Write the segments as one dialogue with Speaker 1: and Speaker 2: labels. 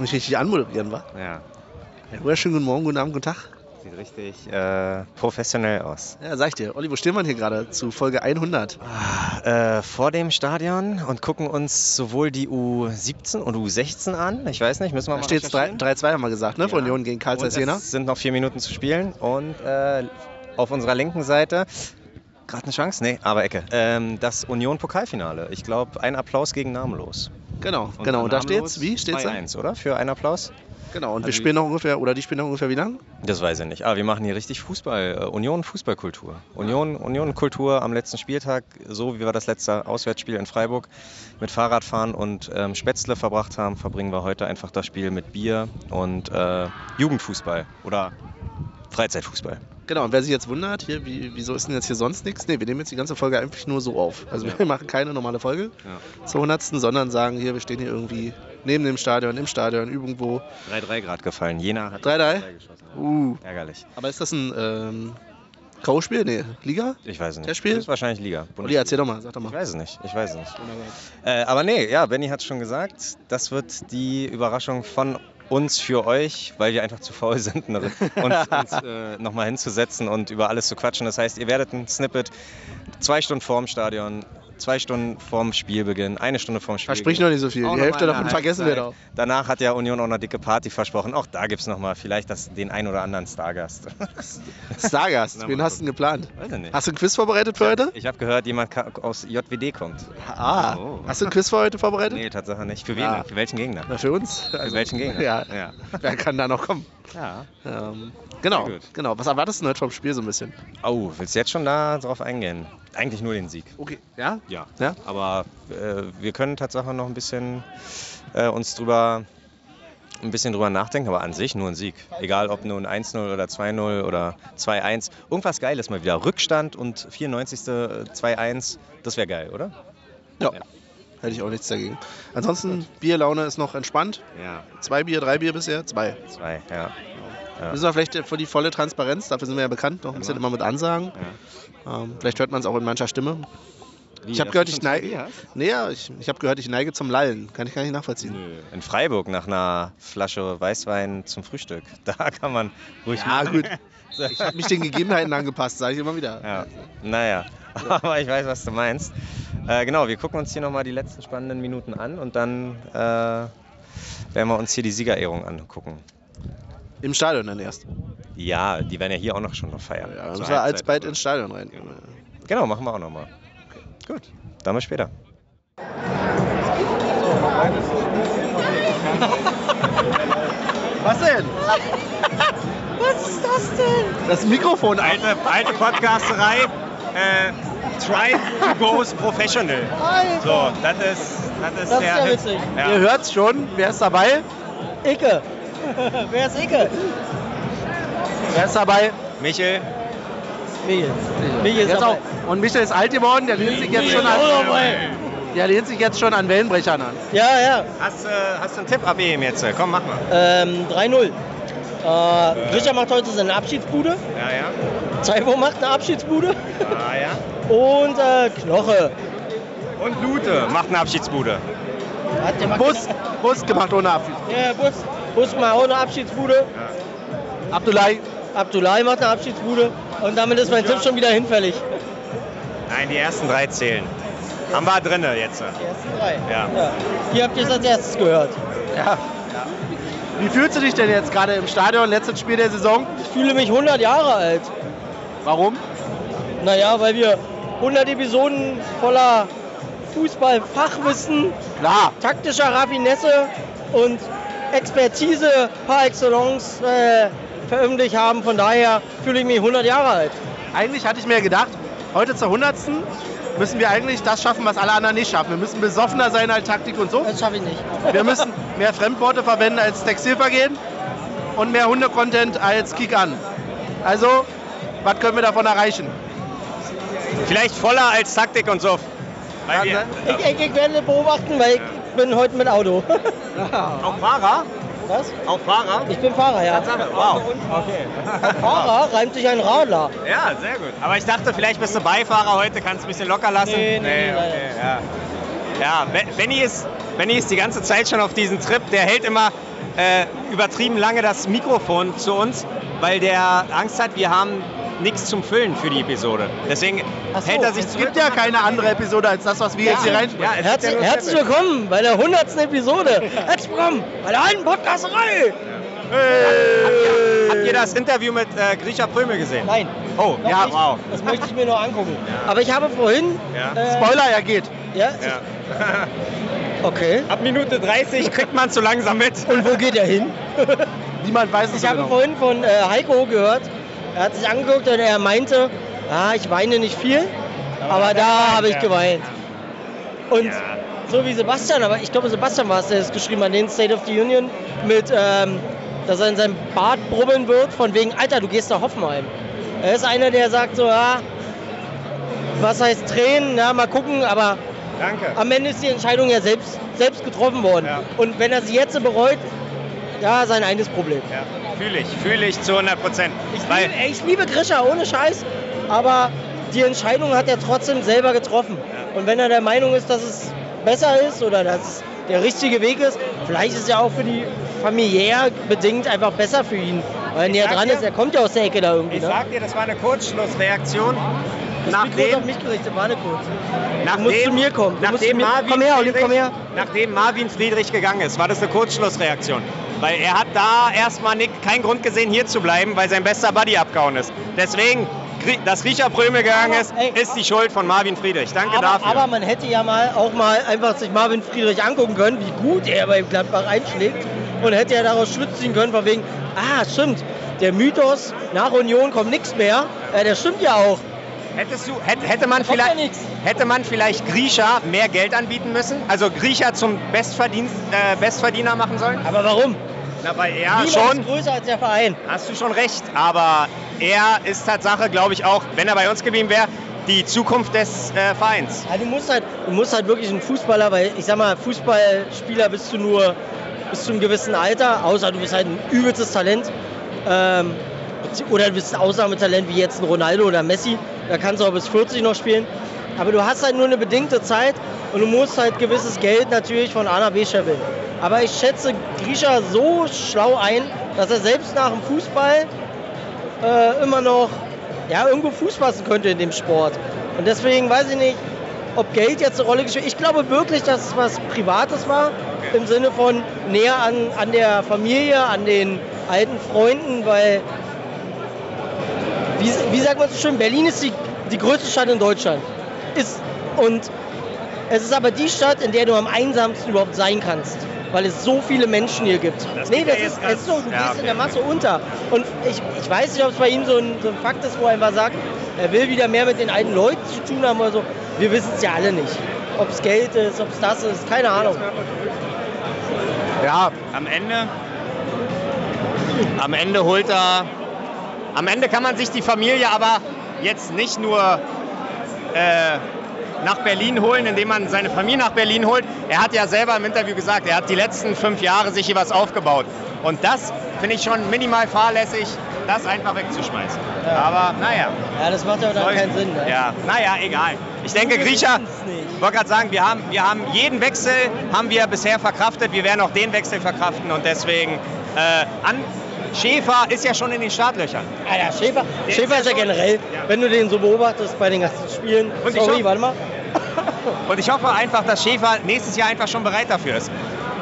Speaker 1: nicht richtig anmoderieren, wa?
Speaker 2: Ja,
Speaker 1: Ja, wunderschönen guten Morgen, guten Abend, guten Tag.
Speaker 2: sieht richtig äh, professionell aus.
Speaker 1: Ja, sag ich dir, Oliver Stillmann hier gerade zu Folge 100.
Speaker 2: Äh, vor dem Stadion und gucken uns sowohl die U17 und U16 an. Ich weiß nicht, müssen wir
Speaker 1: Da
Speaker 2: mal
Speaker 1: steht es 3-2, haben wir gesagt, ne?
Speaker 2: Ja.
Speaker 1: Von Union gegen Karl ne?
Speaker 2: Und
Speaker 1: Jena.
Speaker 2: Es sind noch vier Minuten zu spielen und äh, auf unserer linken Seite gerade eine Chance, nee, aber Ecke. Ähm, das Union-Pokalfinale. Ich glaube, ein Applaus gegen Namenlos.
Speaker 1: Genau, genau. Und da steht's, wie steht's
Speaker 2: steht's?
Speaker 1: da?
Speaker 2: 1, oder? Für einen Applaus?
Speaker 1: Genau, und wir
Speaker 2: Also-
Speaker 1: spielen noch ungefähr, oder die spielen noch ungefähr wie lang?
Speaker 2: Das weiß ich nicht. Aber wir machen hier richtig Fußball, äh, Union Fußballkultur. Union, Union Kultur am letzten Spieltag, so wie wir das letzte Auswärtsspiel in Freiburg mit Fahrradfahren und ähm, Spätzle verbracht haben, verbringen wir heute einfach das Spiel mit Bier und äh, Jugendfußball oder Freizeitfußball.
Speaker 1: Genau, und wer sich jetzt wundert, hier, wie, wieso ist denn jetzt hier sonst nichts? Nee, wir nehmen jetzt die ganze Folge einfach nur so auf. Also wir
Speaker 2: Ja.
Speaker 1: machen keine normale Folge zur 100. sondern sagen hier, wir stehen hier irgendwie neben dem Stadion, im Stadion, irgendwo.
Speaker 2: 3-3 gerade gefallen. Jena hat
Speaker 1: 3-3?
Speaker 2: geschossen.
Speaker 1: Uh,
Speaker 2: Ärgerlich.
Speaker 1: aber ist das ein ähm, K.O.-Spiel? Nee, Liga?
Speaker 2: Ich weiß es nicht.
Speaker 1: Der Spiel?
Speaker 2: Das ist wahrscheinlich Liga.
Speaker 1: Uli, erzähl doch mal, sag doch
Speaker 2: Ich
Speaker 1: mal.
Speaker 2: weiß es nicht. Ich weiß es nicht. Äh, aber nee, ja, Benny hat schon gesagt, das wird die Überraschung von uns für euch, weil wir einfach zu faul sind, ne, uns, uns äh, nochmal hinzusetzen und über alles zu quatschen. Das heißt, ihr werdet ein Snippet zwei Stunden vorm Stadion, zwei Stunden vorm Spielbeginn, eine Stunde vorm Spielbeginn.
Speaker 1: Versprich Ah, noch nicht so viel.
Speaker 2: Auch
Speaker 1: Die
Speaker 2: noch
Speaker 1: Hälfte
Speaker 2: mal
Speaker 1: davon
Speaker 2: eine
Speaker 1: vergessen wir doch.
Speaker 2: Halbzeit. Danach hat ja Union auch eine dicke Party versprochen. Auch da gibt es nochmal vielleicht das, den ein oder anderen Stargast.
Speaker 1: Stargast,
Speaker 2: Na,
Speaker 1: wen
Speaker 2: mal
Speaker 1: hast du denn geplant?
Speaker 2: Weiß ich nicht.
Speaker 1: Hast du ein Quiz vorbereitet für heute?
Speaker 2: Ich habe gehört, jemand ka- aus JWD kommt.
Speaker 1: Ah,
Speaker 2: Oh.
Speaker 1: hast du ein Quiz für heute vorbereitet?
Speaker 2: Nee, Tatsache nicht. Für wen?
Speaker 1: Ja.
Speaker 2: Für welchen Gegner?
Speaker 1: Na, für uns. Ah. Also,
Speaker 2: Für welchen Gegner?
Speaker 1: Ja,
Speaker 2: ja.
Speaker 1: wer kann da noch kommen?
Speaker 2: ja.
Speaker 1: Ähm, genau,
Speaker 2: Sehr gut.
Speaker 1: genau. Was erwartest du denn heute vom Spiel so ein bisschen?
Speaker 2: Oh, willst du jetzt schon da drauf eingehen? Eigentlich nur den Sieg.
Speaker 1: Okay, ja?
Speaker 2: Ja.
Speaker 1: Ja?
Speaker 2: Aber äh, wir können tatsächlich noch ein bisschen äh, uns drüber ein bisschen drüber nachdenken, aber an sich nur ein Sieg. Egal ob nun 1-0 oder 2-0 oder 2-1. Irgendwas Geiles mal wieder. Rückstand und 94. 2-1. Das wäre geil, oder?
Speaker 1: Ja.
Speaker 2: Ja.
Speaker 1: Hätte ich auch nichts dagegen. Ansonsten, Bierlaune ist noch entspannt.
Speaker 2: Ja.
Speaker 1: Zwei Bier, drei Bier bisher? Zwei.
Speaker 2: Zwei, ja. Ja.
Speaker 1: Müssen wir vielleicht äh, für die volle Transparenz, dafür sind wir ja bekannt, noch ein bisschen immer mit Ansagen. Ähm, vielleicht hört man es auch in mancher Stimme. Ich hab gehört, ich neige- Nee, ja, ich, ich habe gehört, ich neige zum Lallen. Kann ich gar nicht nachvollziehen.
Speaker 2: In Freiburg nach einer Flasche Weißwein zum Frühstück. Da kann man ruhig
Speaker 1: Ja,
Speaker 2: mal-
Speaker 1: gut. Ich habe mich den Gegebenheiten angepasst, sage ich immer wieder.
Speaker 2: Ja, naja, aber ich weiß, was du meinst. Äh, genau, wir gucken uns hier nochmal die letzten spannenden Minuten an und dann äh, werden wir uns hier die Siegerehrung angucken.
Speaker 1: Im Stadion dann erst.
Speaker 2: Ja, die werden ja hier auch noch schon noch feiern.
Speaker 1: Ja,
Speaker 2: Zur
Speaker 1: dann müssen wir
Speaker 2: Halbzeit.
Speaker 1: alsbald ins Stadion rein.
Speaker 2: Genau, machen wir auch nochmal. Gut, dann bis später.
Speaker 1: Was denn?
Speaker 3: Was ist das denn?
Speaker 1: Das Mikrofon ein.
Speaker 2: Alte, alte Podcasterei, try to go professional.
Speaker 3: Hi,
Speaker 2: So, das ist, das
Speaker 3: Das ist der- ja witzig.
Speaker 1: Ihr hört's schon. Wer ist dabei?
Speaker 3: Icke. Wer ist Icke?
Speaker 1: Wer ist dabei?
Speaker 2: Michel,
Speaker 3: Michel. Michel ist
Speaker 1: Jetzt
Speaker 3: dabei.
Speaker 1: auch. Und Michael ist alt geworden. Der lehnt sich jetzt schon an, der lehnt sich jetzt schon an Wellenbrechern an.
Speaker 3: Ja, ja.
Speaker 2: hast, äh, hast du einen Tipp abgeben jetzt? Komm, mach mal.
Speaker 3: Ähm, 3-0. Äh, Grisha macht heute seine Abschiedsbude.
Speaker 2: Ja, ja.
Speaker 3: Zeibo macht eine Abschiedsbude.
Speaker 2: Ah, ja.
Speaker 3: Und äh, Knoche.
Speaker 2: Und Lute macht eine Abschiedsbude.
Speaker 3: Hat der mal-
Speaker 1: Bus, Bus gemacht ohne Abschied.
Speaker 3: Ja, Bus. Bus macht auch eine Abschiedsbude.
Speaker 1: Abdullahi,
Speaker 3: Abdullahi macht eine Abschiedsbude. Und damit ist mein Tipp schon wieder hinfällig.
Speaker 2: Nein, die ersten drei zählen. Haben wir drinne jetzt.
Speaker 3: Die ersten drei.
Speaker 2: Ja.
Speaker 3: Hier habt ihr es als erstes gehört.
Speaker 1: wie fühlst du dich denn jetzt gerade im Stadion? Letztes Spiel der Saison.
Speaker 3: Ich fühle mich 100 Jahre alt.
Speaker 1: Warum?
Speaker 3: Naja, weil wir 100 Episoden voller Fußballfachwissen,
Speaker 1: Klar.
Speaker 3: taktischer Raffinesse und Expertise par excellence äh, veröffentlicht haben. Von daher fühle ich mich 100 Jahre alt.
Speaker 1: Eigentlich hatte ich mir gedacht, heute zur 100. müssen wir eigentlich das schaffen, was alle anderen nicht schaffen. Wir müssen besoffener sein als Taktik und so.
Speaker 3: Das schaffe ich nicht.
Speaker 1: Wir müssen mehr Fremdworte verwenden als Textilvergehen und mehr Hunde-Content als Kick an. Also, was können wir davon erreichen?
Speaker 2: Vielleicht voller als Taktik und so.
Speaker 1: Kann
Speaker 2: Weil wir,
Speaker 1: sein.
Speaker 3: Ich, ich, ich werde beobachten, weil ich bin heute mit Auto.
Speaker 2: auch Fahrer?
Speaker 3: Was?
Speaker 2: Auch Fahrer?
Speaker 3: Ich bin Fahrer, ja.
Speaker 2: Wow. Okay.
Speaker 3: Fahrer reimt sich ein Radler.
Speaker 2: Ja, sehr gut. Aber ich dachte, vielleicht bist du Beifahrer heute, kannst ein bisschen locker lassen.
Speaker 3: Nee, nee, nee,
Speaker 2: okay, ja. Ja, Be- Benny ist, Benny ist die ganze Zeit schon auf diesem Trip. Der hält immer äh, übertrieben lange das Mikrofon zu uns, weil der Angst hat, wir haben nichts zum Füllen für die Episode. Deswegen
Speaker 1: Ach so,
Speaker 2: hält er sich
Speaker 1: es
Speaker 2: zurück.
Speaker 1: gibt ja keine andere Episode als das, was wir jetzt hier rein.
Speaker 2: Ja, es gibt
Speaker 3: Herzlich,
Speaker 2: ja nur
Speaker 3: herzlich
Speaker 2: Seven.
Speaker 3: willkommen bei der 100. Episode. Herzlich willkommen bei der alten Podcasterei.
Speaker 2: Habt ihr das Interview mit äh, Grisha Prömel gesehen?
Speaker 3: Nein.
Speaker 2: Oh,
Speaker 3: noch
Speaker 2: ja,
Speaker 3: nicht.
Speaker 2: wow.
Speaker 3: Das möchte ich mir nur angucken. Aber ich habe vorhin.
Speaker 2: Ja.
Speaker 3: äh,
Speaker 1: Spoiler, ja geht.
Speaker 3: Ja,
Speaker 2: Ja.
Speaker 3: okay.
Speaker 2: Ab Minute 30 kriegt man zu langsam mit.
Speaker 3: Und wo geht er hin?
Speaker 1: Niemand weiß es
Speaker 3: Ich
Speaker 1: so
Speaker 3: habe
Speaker 1: genau.
Speaker 3: vorhin von äh, Heiko gehört, er hat sich angeguckt und er meinte, ah, ich weine nicht viel, aber da habe ich geweint. Und so wie Sebastian, aber ich glaube Sebastian war es, der es geschrieben hat, den State of the Union mit, ähm, dass er in seinem Bart brummeln wird, von wegen, Alter, du gehst nach Hoffenheim. Er ist einer, der sagt so, ah, was heißt Tränen, na, mal gucken, aber
Speaker 2: Danke.
Speaker 3: am Ende ist die Entscheidung ja selbst, selbst getroffen worden.
Speaker 2: Ja.
Speaker 3: Und wenn er sie jetzt bereut, ja, sein eines Problem.
Speaker 2: Ja. Fühle ich, fühle ich zu 100 Prozent.
Speaker 3: Ich
Speaker 2: Weil
Speaker 3: liebe, ey, ich liebe Grisha, ohne Scheiß. Aber die Entscheidung hat er trotzdem selber getroffen. Und wenn er der Meinung ist, dass es besser ist oder dass es der richtige Weg ist, vielleicht ist ja auch für die familiär bedingt einfach besser für ihn. Weil
Speaker 2: Ich
Speaker 3: näher
Speaker 2: sag
Speaker 3: dran
Speaker 2: dir-
Speaker 3: ist, er kommt ja aus der Ecke da irgendwie.
Speaker 2: ich
Speaker 3: ne?
Speaker 2: sag dir, das war eine Kurzschlussreaktion.
Speaker 3: das Mikro ist auf
Speaker 2: Nachdem,
Speaker 3: mich gerichtet, warte kurz.
Speaker 2: nachdem,
Speaker 3: musst zu mir kommen. Du musst
Speaker 2: Nachdem,
Speaker 3: mit-
Speaker 2: Marvin
Speaker 3: komm her, Olive,
Speaker 2: Friedrich,
Speaker 3: komm her.
Speaker 2: nachdem Marvin Friedrich gegangen ist, war das eine Kurzschlussreaktion. Weil er hat da erstmal nicht, keinen Grund gesehen, hier zu bleiben, weil sein bester Buddy abgehauen ist. Deswegen, Gri- dass Riecher Bröme gegangen
Speaker 3: Aber,
Speaker 2: ist,
Speaker 3: ey,
Speaker 2: ist die Schuld von Marvin Friedrich. Danke
Speaker 3: Aber,
Speaker 2: dafür.
Speaker 3: aber man hätte ja mal auch mal einfach sich Marvin Friedrich angucken können, wie gut er bei Gladbach einschlägt und hätte ja daraus Schluss ziehen können, von wegen, ah, stimmt, der Mythos, nach Union kommt nichts mehr, ja, der stimmt ja auch.
Speaker 2: Hättest du, hätte, hätte, man
Speaker 3: Da kommt ja
Speaker 2: vielleicht,
Speaker 3: nichts.
Speaker 2: hätte man vielleicht Grisha mehr Geld anbieten müssen? Also Grisha zum Bestverdienst, äh, Bestverdiener machen sollen?
Speaker 3: Aber warum?
Speaker 2: Na, weil er
Speaker 3: Niemand
Speaker 2: schon,
Speaker 3: ist größer als der Verein.
Speaker 2: hast du schon recht, aber er ist Tatsache, glaube ich auch, wenn er bei uns geblieben wäre, die Zukunft des äh, Vereins.
Speaker 3: Ja, du, musst halt, du musst halt wirklich ein Fußballer, weil ich sag mal, Fußballspieler bist du nur bis zu einem gewissen Alter, außer du bist halt ein übelstes Talent. Ähm, oder du bist ein Ausnahmetalent wie jetzt ein Ronaldo oder Messi. Da kannst du auch bis 40 noch spielen. Aber du hast halt nur eine bedingte Zeit und du musst halt gewisses Geld natürlich von A nach B scheffeln. Aber ich schätze Grisha so schlau ein, dass er selbst nach dem Fußball äh, immer noch ja, irgendwo Fuß fassen könnte in dem Sport. Und deswegen weiß ich nicht, ob Geld jetzt eine Rolle gespielt Ich glaube wirklich, dass es was Privates war, im Sinne von näher an, an der Familie, an den alten Freunden, weil, wie, wie sagt man so schön, Berlin ist die, die größte Stadt in Deutschland. Ist, und es ist aber die Stadt, in der du am einsamsten überhaupt sein kannst, weil es so viele Menschen hier gibt.
Speaker 2: Das
Speaker 3: nee,
Speaker 2: geht ja
Speaker 3: das
Speaker 2: jetzt
Speaker 3: ist,
Speaker 2: ganz-
Speaker 3: es ist so, du
Speaker 2: ja,
Speaker 3: gehst
Speaker 2: okay.
Speaker 3: in der Masse unter. Und ich, ich weiß nicht, ob es bei ihm so ein, so ein Fakt ist, wo er einfach sagt, er will wieder mehr mit den alten Leuten zu tun haben oder so. Wir wissen es ja alle nicht. Ob es Geld ist, ob es das ist, keine Ahnung.
Speaker 1: Ja,
Speaker 2: Am Ende, am Ende holt er, am Ende kann man sich die Familie aber jetzt nicht nur äh, nach Berlin holen, indem man seine Familie nach Berlin holt. Er hat ja selber im Interview gesagt, er hat die letzten fünf Jahre sich hier was aufgebaut. Und das finde ich schon minimal fahrlässig, das einfach wegzuschmeißen.
Speaker 3: Ja.
Speaker 2: Aber naja.
Speaker 3: Ja, das macht ja dann
Speaker 2: Soll-
Speaker 3: keinen Sinn. Ne?
Speaker 2: Ja, naja, egal. Ich denke,
Speaker 3: Wir
Speaker 2: Griecher,
Speaker 3: wissen's nicht.
Speaker 2: ich wollte gerade sagen, wir haben, wir haben jeden Wechsel haben wir bisher verkraftet. Wir werden auch den Wechsel verkraften und deswegen äh, an Schäfer ist ja schon in den Startlöchern.
Speaker 3: Alter, Ah Schäfer,
Speaker 2: Der
Speaker 3: Schäfer
Speaker 2: ist
Speaker 3: ist ja
Speaker 2: so-
Speaker 3: generell,
Speaker 2: Ja.
Speaker 3: wenn du den so beobachtest bei den ganzen Spielen.
Speaker 2: Und ich
Speaker 3: Sorry,
Speaker 2: hoffe-
Speaker 3: warte mal.
Speaker 2: Und ich hoffe einfach, dass Schäfer nächstes Jahr einfach schon bereit dafür ist.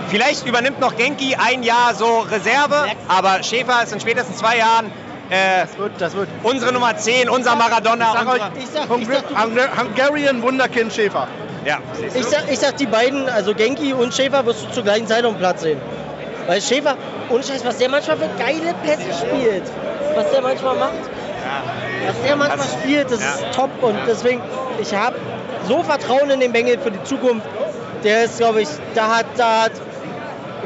Speaker 2: Vielleicht übernimmt noch Genki ein Jahr so Reserve, aber Schäfer ist in spätestens zwei Jahren äh,
Speaker 1: das wird, das wird.
Speaker 2: unsere Nummer 10, unser Maradona.
Speaker 1: Sag euch,
Speaker 2: unser-
Speaker 3: Ich sag, ich sag,
Speaker 1: Hungry-
Speaker 3: du
Speaker 1: Hung- Hungarian Wunderkind Schäfer.
Speaker 2: ja,
Speaker 3: Ich sag, ich sag, die beiden, also Genki und Schäfer, wirst du zur gleichen Zeit auf dem Platz sehen. Weil Schäfer, ohne Scheiß, was der manchmal für geile Pässe spielt, was der manchmal macht, was der manchmal
Speaker 2: Das-
Speaker 3: spielt, das
Speaker 2: ja.
Speaker 3: ist top. Und deswegen, ich habe so Vertrauen in den Bengel für die Zukunft. Der ist, glaube ich, da hat, da hat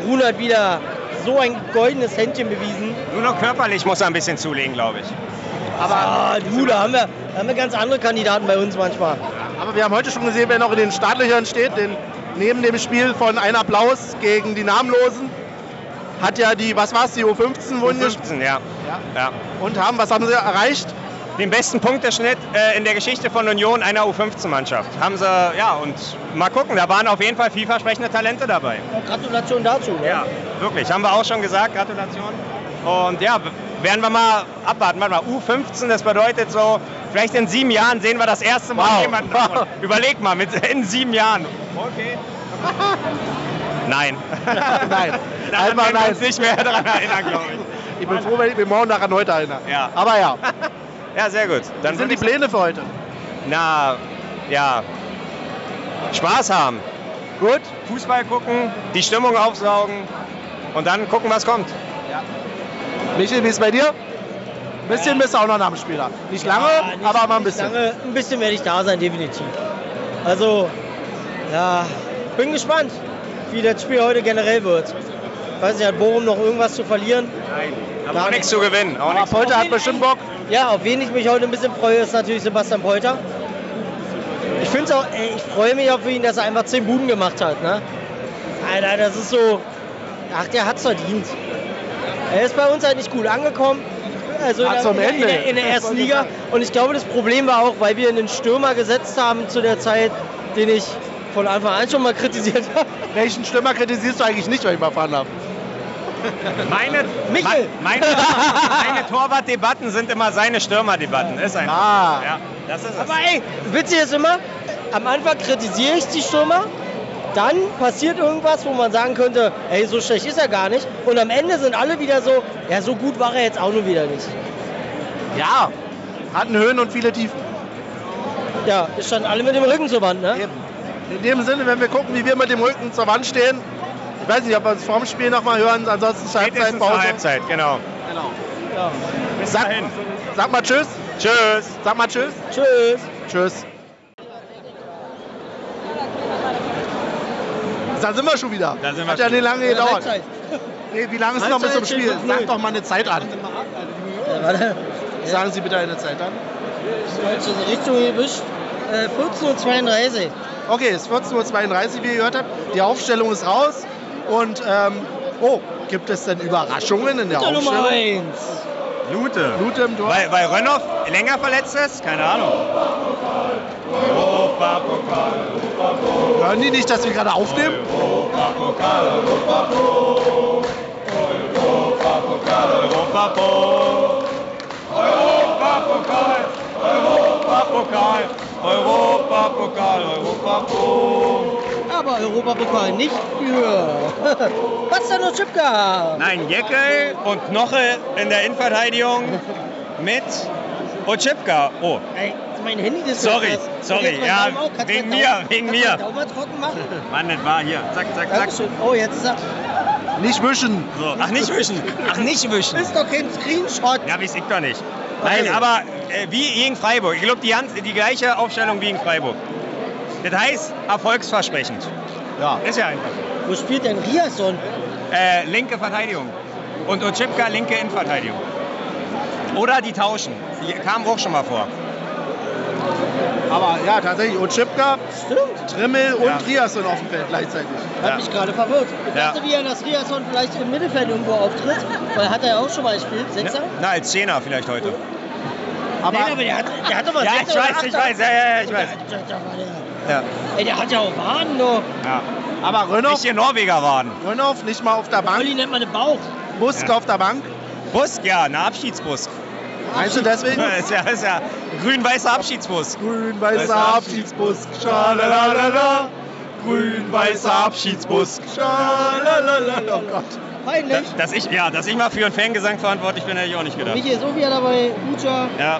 Speaker 3: Runert wieder so ein goldenes Händchen bewiesen.
Speaker 2: nur noch körperlich muss er ein bisschen zulegen, glaube ich.
Speaker 3: Aber ah, du, da haben, wir, da haben wir ganz andere Kandidaten bei uns manchmal.
Speaker 1: Aber wir haben heute schon gesehen, wer noch in den Startlöchern steht. Denn neben dem Spiel von Ein Applaus gegen die Namenlosen hat ja die, was war's, die U15 wurden gespielt.
Speaker 2: 15, ja. ja.
Speaker 1: Und haben, was haben sie erreicht?
Speaker 2: den besten Punkteschnitt äh, in der Geschichte von Union einer U15-Mannschaft. Haben sie, ja, und mal gucken, da waren auf jeden Fall vielversprechende Talente dabei.
Speaker 3: Gratulation dazu. Ne?
Speaker 2: Ja, wirklich, haben wir auch schon gesagt, Gratulation. Und ja, werden wir mal abwarten. Warte mal, U15, das bedeutet so, vielleicht in sieben Jahren sehen wir das erste Mal
Speaker 3: Wow.
Speaker 2: jemanden. davon. Überleg mal, mit, in sieben Jahren. Okay. Nein.
Speaker 1: Nein,
Speaker 2: Daran
Speaker 1: Einmal
Speaker 2: werden wir
Speaker 1: nein.
Speaker 2: uns nicht mehr daran erinnern, glaube
Speaker 1: Ich bin froh, wenn ich mir morgen daran heute erinnere.
Speaker 2: Ja.
Speaker 1: Aber ja,
Speaker 2: ich. Ja, sehr gut. Dann
Speaker 1: das sind die
Speaker 2: würd ich-
Speaker 1: Pläne für heute.
Speaker 2: Na, ja. Spaß haben.
Speaker 1: Gut,
Speaker 2: Fußball gucken, die Stimmung aufsaugen und dann gucken, was kommt.
Speaker 1: Michel, wie ist es bei dir? Ein bisschen bist du auch noch nach dem Spiel da. Nicht lange,
Speaker 3: Ja, nicht-
Speaker 1: aber mal ein
Speaker 3: nicht
Speaker 1: bisschen.
Speaker 3: Lange, ein bisschen werde ich da sein, definitiv. Also, ja, bin gespannt, wie das Spiel heute generell wird. Ich weiß nicht, hat Bochum noch irgendwas zu verlieren?
Speaker 2: Nein. Aber
Speaker 3: Gar
Speaker 2: auch nichts zu gewinnen. Auch nichts.
Speaker 1: Polter hat bestimmt Bock.
Speaker 3: Ja, auf wen ich mich heute ein bisschen freue, ist natürlich Sebastian Polter. Ich finde auch, ey, ich freue mich auch für ihn, dass er einfach 10 Buden gemacht hat. Ne? Alter, das ist so. Ach, der hat's verdient. Er ist bei uns halt nicht gut angekommen. Also in
Speaker 1: Ah,
Speaker 3: der,
Speaker 1: zum
Speaker 3: in, der, in,
Speaker 1: Ende.
Speaker 3: der, in der
Speaker 1: Das
Speaker 3: ersten
Speaker 1: wollte ich
Speaker 3: Liga.
Speaker 1: sagen.
Speaker 3: Und ich glaube, das Problem war auch, weil wir einen Stürmer gesetzt haben zu der Zeit, den ich von Anfang an schon mal kritisiert habe.
Speaker 1: Welchen Stürmer kritisierst du eigentlich nicht, wenn ich mal fahren darf?
Speaker 2: Meine,
Speaker 3: Michel!
Speaker 2: me- meine, meine Torwartdebatten sind immer seine Stürmerdebatten. Ist einfach.
Speaker 1: Ah.
Speaker 2: Ja, das ist es.
Speaker 3: Aber ey, witzig ist immer, am Anfang kritisiere ich die Stürmer, dann passiert irgendwas, wo man sagen könnte, ey, so schlecht ist er gar nicht. Und am Ende sind alle wieder so, ja, so gut war er jetzt auch nur wieder nicht.
Speaker 1: Ja, hatten Höhen und viele Tiefen.
Speaker 3: Ja, wir standen alle mit dem Rücken zur Wand, ne?
Speaker 1: Eben. In dem Sinne, wenn wir gucken, wie wir mit dem Rücken zur Wand stehen, ich weiß nicht, ob wir uns vorm Spiel nochmal hören, ansonsten
Speaker 2: Spätestens zur
Speaker 1: Halbzeitpause.
Speaker 2: Halbzeit, genau.
Speaker 1: Genau.
Speaker 3: Ja.
Speaker 2: Bis
Speaker 1: Sag-
Speaker 2: dahin.
Speaker 1: Sag mal Tschüss.
Speaker 2: Tschüss.
Speaker 1: Sag mal Tschüss.
Speaker 3: Tschüss.
Speaker 1: Tschüss. Da sind wir schon wieder.
Speaker 2: Da sind wir
Speaker 1: Hat ja
Speaker 2: schon
Speaker 1: nicht lange gedauert.
Speaker 3: Halbzeit.
Speaker 1: Nee, wie lange ist noch bis zum
Speaker 3: Halbzeit
Speaker 1: Spiel?
Speaker 3: 5-0.
Speaker 1: Sag doch mal eine Zeit an.
Speaker 3: Ja, warte.
Speaker 1: Sagen Sie bitte eine Zeit an.
Speaker 3: Falsche Richtung gewischt. Äh, 14.32 Uhr.
Speaker 1: Okay, es ist 14.32 Uhr, wie ihr gehört habt. Die Aufstellung ist raus. Und, ähm, oh, gibt es denn Überraschungen in der
Speaker 3: Nummer
Speaker 1: Aufstellung?
Speaker 3: 1.
Speaker 2: Lute.
Speaker 1: Lute im Tor.
Speaker 2: Weil, weil Rönnoff länger verletzt ist? Keine Ahnung.
Speaker 1: Hören die nicht, dass wir gerade aufnehmen?
Speaker 2: Europapokal, Europapokal, Europapokal, Europapokal, Europapokal.
Speaker 3: Aber Europapokal nicht für. Bastian Oschipka.
Speaker 2: Nein, Jeckel und Knoche in der Innenverteidigung mit Otschipka. Oh,
Speaker 3: Ey, mein Handy ist
Speaker 2: Sorry,
Speaker 3: jetzt was.
Speaker 2: sorry,
Speaker 3: Jetzt mein
Speaker 2: ja,
Speaker 3: Daumen auch. Kannst
Speaker 2: wegen
Speaker 3: mein Daumen-
Speaker 2: mir, wegen
Speaker 3: kannst
Speaker 2: mir.
Speaker 3: mein Daumen mal trocken machen?
Speaker 2: Mann, das war hier. Zack, zack, zack.
Speaker 3: Dankeschön. Oh, jetzt ist er.
Speaker 1: Nicht wischen.
Speaker 2: So. Ach, nicht wischen. Ach, nicht wischen.
Speaker 3: Ist doch kein Screenshot.
Speaker 2: Ja, wie es ich doch nicht. Nein,
Speaker 3: Okay.
Speaker 2: aber äh, wie gegen Freiburg. Ich glaube, die, ganz- die gleiche Aufstellung wie in Freiburg. Das heißt, erfolgsversprechend.
Speaker 1: Ja.
Speaker 2: Ist ja einfach. so.
Speaker 3: Wo spielt denn Riasson?
Speaker 2: Äh, linke Verteidigung. Und Otschipka linke Innenverteidigung. Oder die tauschen. Die kam auch schon mal vor.
Speaker 1: Aber ja, tatsächlich. Und Schipka,
Speaker 3: Stimmt.
Speaker 1: Trimmel
Speaker 2: Ja.
Speaker 1: und Rias sind auf dem Feld gleichzeitig.
Speaker 3: Hat
Speaker 2: Ja.
Speaker 3: mich gerade verwirrt. Ich
Speaker 2: Ja.
Speaker 3: dachte wieder, dass Riasson vielleicht im Mittelfeld irgendwo auftritt. Weil hat er ja auch schon mal gespielt.
Speaker 2: Ne?
Speaker 3: Sechser?
Speaker 2: Na, als Zehner vielleicht heute.
Speaker 1: Aber
Speaker 3: Nee, aber der hat, der hat doch mal
Speaker 2: Ja, ich
Speaker 3: Sechser oder
Speaker 2: weiß, ich
Speaker 3: Achter.
Speaker 2: weiß. Ja, ja, ja, ich weiß.
Speaker 3: Da- da war der-
Speaker 2: Ja.
Speaker 3: Ey, der hat ja auch Waden, doch.
Speaker 2: Ja.
Speaker 1: Aber
Speaker 2: Nicht
Speaker 1: Rönnoff,
Speaker 2: hier Norweger waren.
Speaker 1: Rönnoff nicht mal auf der Bank.
Speaker 3: Olli nennt man den Bauch.
Speaker 1: Busk
Speaker 2: Ja.
Speaker 1: auf der Bank.
Speaker 2: Busk, ja, ein Abschiedsbusk.
Speaker 1: Meinst du deswegen?
Speaker 2: ist ja, ist ja ein grün-weißer Abschiedsbusk.
Speaker 1: Grün-weißer Abschiedsbusk. Schalalala. Grün-weißer Abschiedsbusk. Schalalala. Oh Gott.
Speaker 2: Da-
Speaker 3: Peinlich.
Speaker 2: Dass ich, ja, dass ich mal für einen Fangesang verantwortlich bin, hätte ich auch nicht gedacht.
Speaker 3: Michi ist auch wieder dabei. Ucha,
Speaker 2: Ja,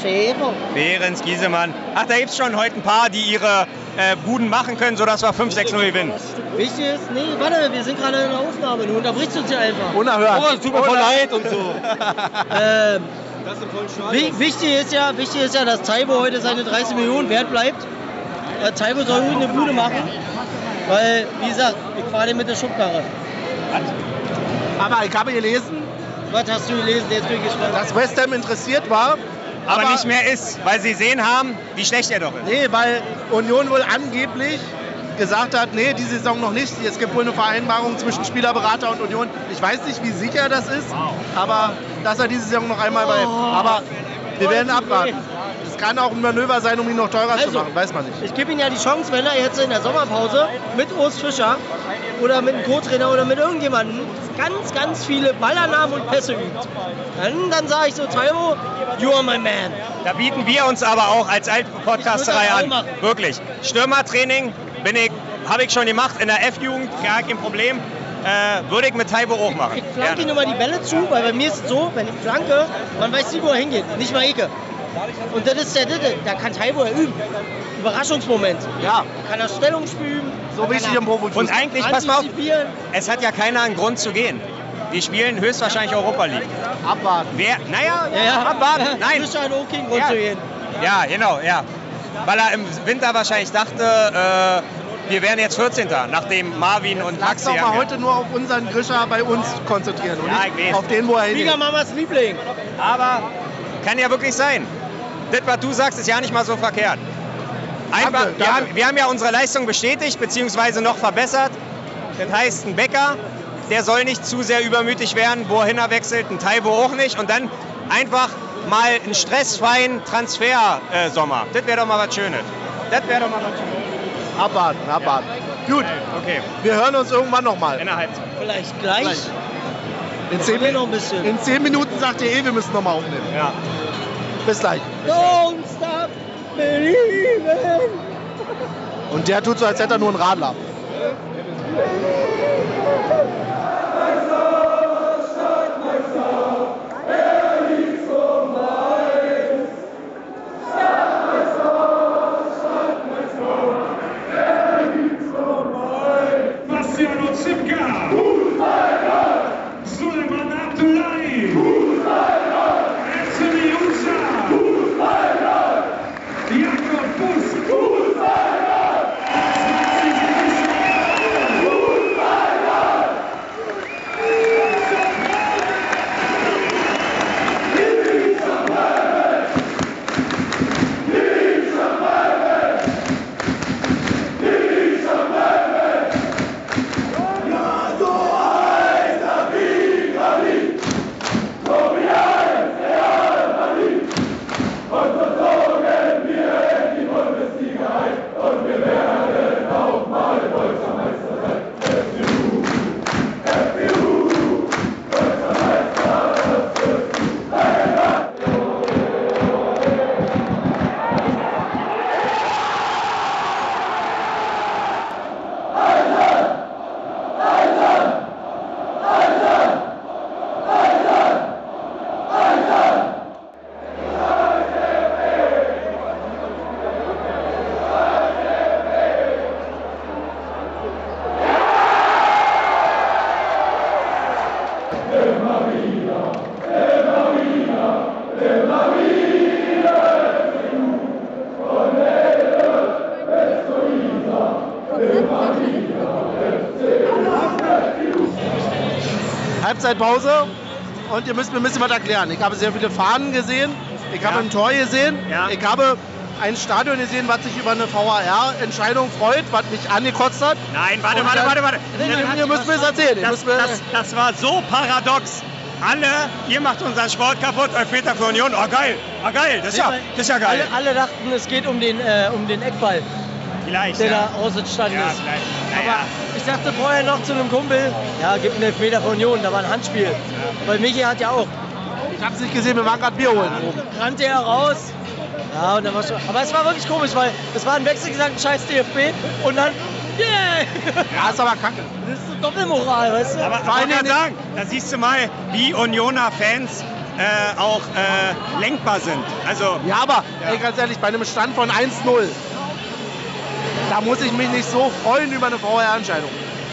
Speaker 3: Schäfer.
Speaker 2: Behrens, Giesemann. Ach, da gibt es schon heute ein paar, die ihre äh, Buden machen können, sodass wir 5-6-0 gewinnen.
Speaker 3: Wichtig ist, nee, warte, wir sind gerade in der Aufnahme, du unterbrichst uns ja einfach.
Speaker 1: Unerhört.
Speaker 3: Oh, es tut mir voll leid
Speaker 1: und so.
Speaker 3: Ähm, wi- wichtig, ist ja, wichtig ist ja, dass Taibo heute seine 30 Millionen wert bleibt. Äh, Taibo soll heute eine Bude machen, weil, wie gesagt, ich fahre den mit der Schubkarre.
Speaker 1: Aber ich habe gelesen,
Speaker 3: Was hast du gelesen? Jetzt bin ich gespannt.
Speaker 1: dass West Ham interessiert war.
Speaker 2: Aber, nicht mehr ist, weil sie sehen haben, wie schlecht er doch ist.
Speaker 1: Nee, weil Union wohl angeblich gesagt hat, nee, die Saison noch nicht. Es gibt wohl eine Vereinbarung zwischen Spielerberater und
Speaker 2: Oh.
Speaker 1: Union. Ich weiß nicht, wie sicher das ist, aber dass er diese Saison noch einmal bei. Aber Wir werden abwarten. Es kann auch ein Manöver sein, um ihn noch teurer zu
Speaker 3: Also.
Speaker 1: machen, weiß man nicht.
Speaker 3: Ich gebe ihm ja die Chance, wenn er jetzt in der Sommerpause mit Urs Fischer oder mit einem Co-Trainer oder mit irgendjemandem ganz, ganz viele Ballernamen und Pässe übt. Dann, dann sage ich so, Taiwo, you are my man.
Speaker 2: Da bieten wir uns aber auch als Altpodcasterei
Speaker 3: Ich würde das auch
Speaker 2: an.
Speaker 3: machen.
Speaker 2: Wirklich. Stürmertraining bin ich, habe ich schon gemacht in der F-Jugend, gar kein Problem. Äh, würde ich mit Taibo auch machen.
Speaker 3: Ich flanke ihm
Speaker 2: Gerne.
Speaker 3: immer die Bälle zu, weil bei mir ist es so, wenn ich flanke, man weiß nie, wo er hingeht. Nicht mal Ecke. Und das ist der Dritte, da kann Taiwo ja üben. Überraschungsmoment.
Speaker 1: Ja,
Speaker 3: Kann er Stellungsspiel üben.
Speaker 1: so wichtig im Profifußball.
Speaker 2: Und eigentlich, pass mal auf,
Speaker 3: Antizipieren.
Speaker 2: es hat ja keiner einen Grund zu gehen. Die spielen höchstwahrscheinlich Europa League.
Speaker 1: Abwarten.
Speaker 2: Wer, naja,
Speaker 3: Ja, ja.
Speaker 2: abwarten. Nein,
Speaker 3: Fischer hat auch keinen Grund
Speaker 2: Ja.
Speaker 3: zu gehen.
Speaker 2: Ja, genau, ja. Weil er im Winter wahrscheinlich dachte, äh, wir wären jetzt 14. nachdem Marvin und
Speaker 1: Lass
Speaker 2: Maxi.
Speaker 1: doch mal
Speaker 2: haben-
Speaker 1: heute nur auf unseren Grischer bei uns konzentrieren und
Speaker 2: Ja, ich
Speaker 1: nicht
Speaker 2: weiß.
Speaker 1: auf den, wo er hingeht.
Speaker 3: Schwiegermamas Liebling.
Speaker 2: Aber kann ja wirklich sein. Das, was du sagst, ist ja nicht mal so verkehrt. Einfach,
Speaker 1: Danke,
Speaker 2: wir,
Speaker 1: danke.
Speaker 2: haben, wir haben ja unsere Leistung bestätigt, beziehungsweise noch verbessert. Das heißt, ein Becker, der soll nicht zu sehr übermütig werden, wo er hinwechselt, ein Taibo auch nicht. Und dann einfach mal einen stressfreien Transfer-Sommer. das wäre doch mal was Schönes. Das wäre doch mal was Schönes.
Speaker 1: Abwarten, abwarten. Gut,
Speaker 2: Okay,
Speaker 1: wir hören uns irgendwann nochmal.
Speaker 2: innerhalb.
Speaker 3: Vielleicht gleich.
Speaker 1: Gleich. In, zehn
Speaker 3: Wir
Speaker 1: Min-
Speaker 3: noch ein bisschen.
Speaker 1: in zehn Minuten sagt ihr eh, wir müssen nochmal aufnehmen.
Speaker 2: Ja.
Speaker 1: Bis gleich.
Speaker 3: Don't stop believing.
Speaker 1: Und der tut so, als hätte er nur einen Radler.
Speaker 4: Marciano Zipka! Fußballer! Suleiman Abdullahi! Fußballer! Anthony Usa! Fußballer! Jakob Busk! Fußballer! 20 Fußballer!
Speaker 1: Halbzeitpause und ihr müsst mir ein bisschen was erklären. Ich habe sehr viele Fahnen gesehen, ich habe ein Tor gesehen,
Speaker 2: Ja.
Speaker 1: ich habe ein Stadion gesehen, was sich über eine VAR-Entscheidung freut, was mich angekotzt hat.
Speaker 2: Nein, warte,
Speaker 1: Und
Speaker 2: warte,
Speaker 1: dann-
Speaker 2: warte, warte.
Speaker 1: Nee, nee, ihr müsst mir das erzählen. Ihr
Speaker 2: Das,
Speaker 1: müsst mir,
Speaker 2: das, das war so paradox. Alle, ihr macht unseren Sport kaputt, Elfmeter für Union. Oh geil, oh geil, das ist ja, das ist ja geil.
Speaker 3: Alle, alle dachten, es geht um den, äh, um den Eckball,
Speaker 2: vielleicht,
Speaker 3: der
Speaker 2: ja.
Speaker 3: da ausgestanden
Speaker 2: Ja,
Speaker 3: ist.
Speaker 2: vielleicht. Naja.
Speaker 3: Aber ich sagte vorher noch zu einem Kumpel, ja, gibt einen Elfmeter von Union, da war ein Handspiel. Weil Michi hat ja auch.
Speaker 1: ich habe es nicht gesehen, wir waren gerade Bier holen. oben.
Speaker 3: Rannte er raus. Ja, und dann war schon, aber es war wirklich komisch, weil es war ein wechselgesagten scheiß DFB und dann, yeah!
Speaker 1: Ja, ist aber kacke.
Speaker 3: Das ist so Doppelmoral, weißt du?
Speaker 2: Aber
Speaker 1: Vor allen
Speaker 2: ich wollte
Speaker 1: Dingen-
Speaker 2: sagen, da siehst du mal, wie Unioner Fans äh, auch äh, lenkbar sind. Also,
Speaker 1: Ja, aber
Speaker 2: Ja.
Speaker 1: Ey, ganz ehrlich, bei einem Stand von 1-0, da muss ich mich nicht so freuen über eine VAR-Entscheidung.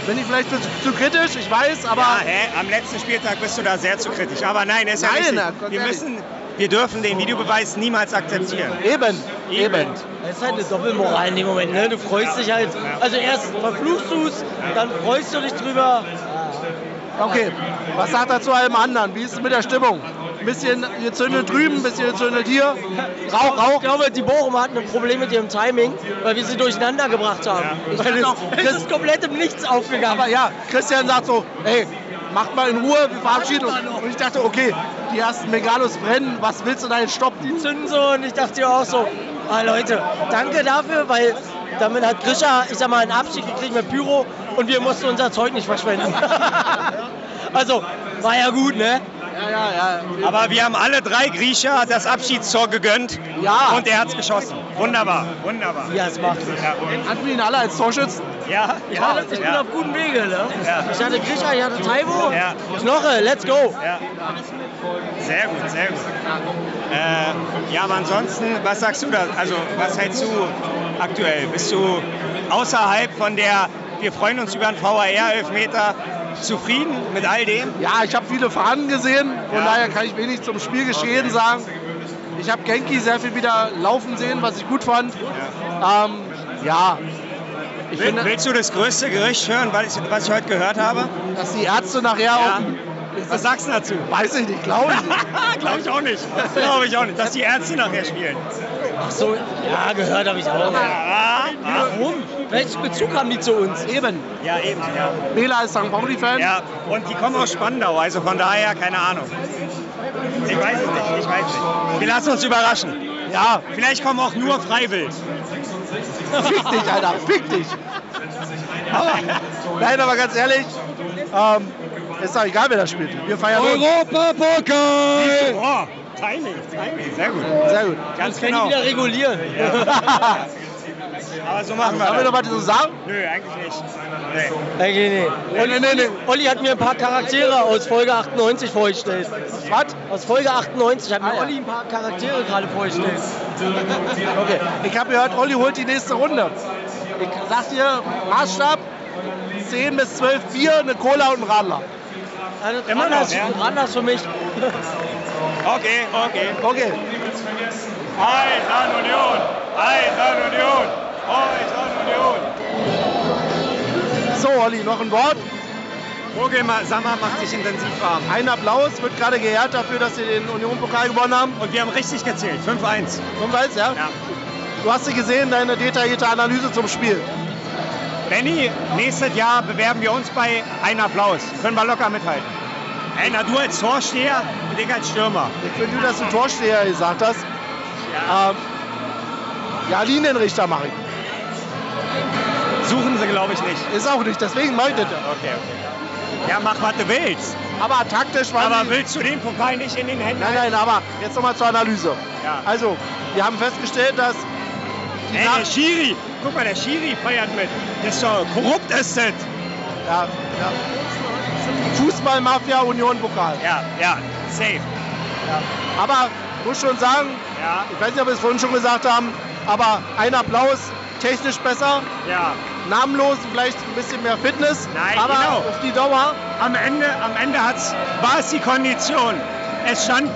Speaker 1: Bin ich vielleicht zu, zu kritisch, ich weiß, aber
Speaker 2: ja, hä, am letzten Spieltag bist du da sehr zu kritisch. Aber nein, ist ja
Speaker 1: Nein,
Speaker 2: richtig.
Speaker 1: na, Gott
Speaker 2: Wir
Speaker 1: sei
Speaker 2: müssen, wir dürfen den Videobeweis niemals akzeptieren.
Speaker 1: eben, eben.
Speaker 3: Das ist halt eine Doppelmoral in dem Moment, ne? Du freust dich halt. Also erst verfluchst du es, dann freust du dich drüber.
Speaker 1: Okay, was sagt er zu allem anderen? Wie ist es mit der Stimmung? Ein bisschen gezündet drüben, ein bisschen gezündet hier. Rauch,
Speaker 3: Ich
Speaker 1: Rauch.
Speaker 3: glaube, die Bochum hatten ein Problem mit ihrem Timing, weil wir sie durcheinander gebracht haben.
Speaker 1: Ich
Speaker 3: Weil
Speaker 1: kann
Speaker 3: es,
Speaker 1: auch-
Speaker 3: es ist komplett im Nichts aufgegangen.
Speaker 1: Aber ja, Christian sagt so, ey, macht mal in Ruhe, wir verabschieden uns. Und ich dachte, okay, die ersten Megalos brennen, was willst du da jetzt stoppen?
Speaker 3: Die zünden so und ich dachte auch so, ah Leute, danke dafür, weil damit hat Grisha, ich sag mal, einen Abschied gekriegt mit Pyro und wir mussten unser Zeug nicht verschwenden. also, war ja gut, ne?
Speaker 5: Aber wir haben alle drei Griecher das Abschiedstor gegönnt.
Speaker 3: Ja.
Speaker 5: Und er hat's geschossen. Wunderbar, wunderbar.
Speaker 3: Ja, es macht es.
Speaker 5: Ja, und-
Speaker 1: Hatten wir ihn alle als Torschützen?
Speaker 5: ja,
Speaker 3: Ja,
Speaker 5: ja,
Speaker 3: ich bin
Speaker 5: ja.
Speaker 3: auf gutem Wege, ne?
Speaker 5: Ja.
Speaker 3: Ich hatte Grisha, ich hatte Taibo,
Speaker 5: Ja.
Speaker 3: Knoche, let's go.
Speaker 5: ja. Sehr gut, sehr gut. Äh, ja, aber ansonsten, was sagst du da? Also, was hältst du aktuell? Bist du außerhalb von der, wir freuen uns über einen VAR-Elfmeter, zufrieden mit all dem?
Speaker 1: Ja, ich habe viele Fahnen gesehen, von
Speaker 5: Ja.
Speaker 1: daher kann ich wenig zum Spielgeschehen sagen. Ich habe Genki sehr viel wieder laufen sehen, was ich gut fand. Ja, ähm, ja. ich
Speaker 5: Will,
Speaker 1: finde,
Speaker 5: willst du das größte Gerücht hören, was ich, was ich heute gehört habe?
Speaker 1: dass die Ärzte nachher
Speaker 5: Ja.
Speaker 1: auch,
Speaker 5: Was sagst du dazu?
Speaker 1: weiß ich nicht, glaube ich nicht.
Speaker 5: Glaube ich auch nicht. Glaube ich auch nicht, dass die Ärzte nachher spielen.
Speaker 3: Ach so, ja, gehört habe ich auch.
Speaker 5: Ah, ah.
Speaker 3: Warum? Welchen Bezug haben die zu uns? Eben.
Speaker 5: Ja, eben. Ja.
Speaker 1: Bela ist St. Pauli-Fan.
Speaker 5: ja, und die kommen aus Spandau, also von daher keine Ahnung. Ich weiß es nicht, ich weiß es nicht. Wir lassen uns überraschen.
Speaker 1: Ja,
Speaker 5: Vielleicht kommen auch nur Freiwild.
Speaker 1: fick dich, Alter, fick dich. Aber, nein, aber ganz ehrlich, ähm, ist doch egal, wer das spielt. Wir feiern uns.
Speaker 2: Europapokal!
Speaker 5: Boah, Oh, Timing, Timing, sehr gut.
Speaker 1: Sehr gut.
Speaker 5: Ganz
Speaker 3: Kann ich
Speaker 5: genau.
Speaker 3: wieder regulieren.
Speaker 5: Aber so machen
Speaker 1: Haben wir
Speaker 5: wir
Speaker 1: noch
Speaker 5: das.
Speaker 1: was zu sagen?
Speaker 5: Nö, eigentlich nicht. Nee.
Speaker 3: Eigentlich nicht. Olli,
Speaker 1: nee, nee.
Speaker 3: Olli hat mir ein paar Charaktere aus Folge 98 vorgestellt.
Speaker 1: Was?
Speaker 3: Aus Folge 98 hat mir
Speaker 1: Ah, ja.
Speaker 3: Olli ein paar Charaktere gerade vorgestellt.
Speaker 1: Okay, ich habe gehört, Olli holt die nächste Runde. Ich sag dir, Maßstab 10 bis 12 Bier, eine Cola und ein Radler.
Speaker 3: Also,
Speaker 5: Immer noch,
Speaker 3: anders,
Speaker 5: ja.
Speaker 3: anders für mich.
Speaker 5: Okay, okay.
Speaker 1: Okay,
Speaker 5: Eisern Union! Eisern Union! Eisern Union!
Speaker 1: so Olli, noch ein Wort.
Speaker 5: Vogel Sammer macht sich intensiv warm.
Speaker 1: Ein Applaus, wird gerade geehrt dafür, dass wir den Union-Pokal gewonnen haben.
Speaker 5: Und wir haben richtig gezählt. 5-1.
Speaker 1: Und weißt ja,
Speaker 5: Ja.
Speaker 1: du hast sie gesehen, deine detaillierte Analyse zum Spiel.
Speaker 5: Benny, nächstes Jahr bewerben wir uns bei Ein Applaus. Können wir locker mithalten. Ey, na du als Torsteher und ich als Stürmer. Ah,
Speaker 1: Ich finde, du, dass du Torsteher gesagt hast. Ähm, ja, Linienrichter mache ich.
Speaker 5: Suchen sie, glaube ich, nicht.
Speaker 1: Ist auch nicht, deswegen mache ich das. ja.
Speaker 5: Okay, okay. Ja, mach, was du willst.
Speaker 1: Aber taktisch war
Speaker 5: Aber willst du den Pokal nicht in den Händen?
Speaker 1: Nein, nein, aber jetzt nochmal zur Analyse.
Speaker 5: Ja.
Speaker 1: Also, wir haben festgestellt, dass
Speaker 5: Ey, der Schiri. Guck mal, der Schiri feiert mit. Das ist doch korrupt, ist das.
Speaker 1: Ja, ja. Fußball, Mafia, Union, Pokal.
Speaker 5: Ja, ja, safe.
Speaker 1: Aber muss schon sagen,
Speaker 5: Ja,
Speaker 1: ich weiß nicht, ob wir es vorhin schon gesagt haben, aber ein Applaus, technisch besser,
Speaker 5: ja.
Speaker 1: namenlos, vielleicht ein bisschen mehr Fitness,
Speaker 5: Nein,
Speaker 1: aber
Speaker 5: genau.
Speaker 1: auf die Dauer.
Speaker 5: Am Ende, am Ende hat's, war es die Kondition. Es stand